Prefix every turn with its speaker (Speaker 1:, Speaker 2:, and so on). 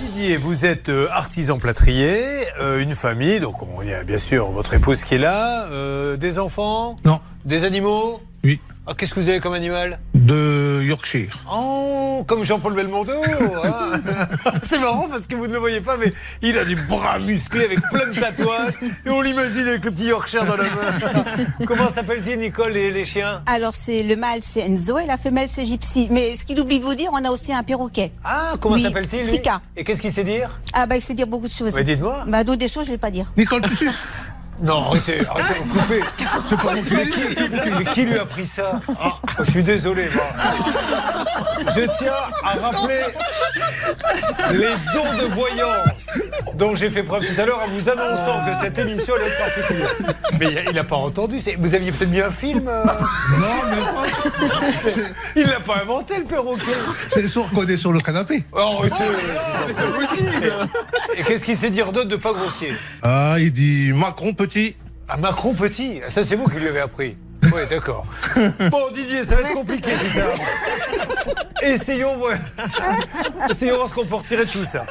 Speaker 1: Xavier, vous êtes euh, artisan plâtrier, euh, une famille, donc on- il y a bien sûr votre épouse qui est là, euh, des enfants,
Speaker 2: Non,
Speaker 1: des animaux.
Speaker 2: oui,
Speaker 1: Ah, Qu'est-ce que vous avez comme animal
Speaker 2: de Yorkshire.
Speaker 1: Oh, comme Jean-Paul Belmondo hein. C'est marrant parce que vous ne le voyez pas, mais il a du bras musclé avec plein de tatouages et on l'imagine avec le petit Yorkshire dans la main. Comment s'appellent-ils, Nicole, les, les chiens
Speaker 3: Alors, c'est le mâle, c'est Enzo, et la femelle, c'est Gypsy. Mais ce qu'il oublie de vous dire, on a aussi un perroquet.
Speaker 1: Ah, comment
Speaker 3: Oui,
Speaker 1: s'appelle-t-il lui
Speaker 3: Tika.
Speaker 1: Et qu'est-ce qu'il sait dire
Speaker 3: Ah, bah, il sait dire beaucoup de choses.
Speaker 1: Bah, dites-moi.
Speaker 3: Bah, donc, des choses, je vais pas dire.
Speaker 2: Nicole, tu suces
Speaker 1: Non, arrêtez, arrêtez, vous coupez. C'est pas mais, qui, mais qui lui a pris ça Ah, Je suis désolé, moi. Je tiens à rappeler les dons de voyance dont j'ai fait preuve tout à l'heure en vous annonçant que cette émission allait être particulière. Mais il a- il n'a pas entendu. c'est- Vous aviez peut-être mis un film euh,
Speaker 2: Non, mais pas. C'est-
Speaker 1: Il n'a pas inventé, le perroquet.
Speaker 2: C'est sourd qu'on est sur le canapé.
Speaker 1: Oh, c'est possible. Et qu'est-ce qu'il sait dire d'autre de pas grossier
Speaker 2: Ah, il dit Macron petit.
Speaker 1: Ah, Macron petit Ah, Ça, c'est vous qui lui avez appris. Oui, d'accord. Bon, Didier, ça va être compliqué, tout ça. Essayons, ouais. Essayons voir ce qu'on peut retirer de tout ça.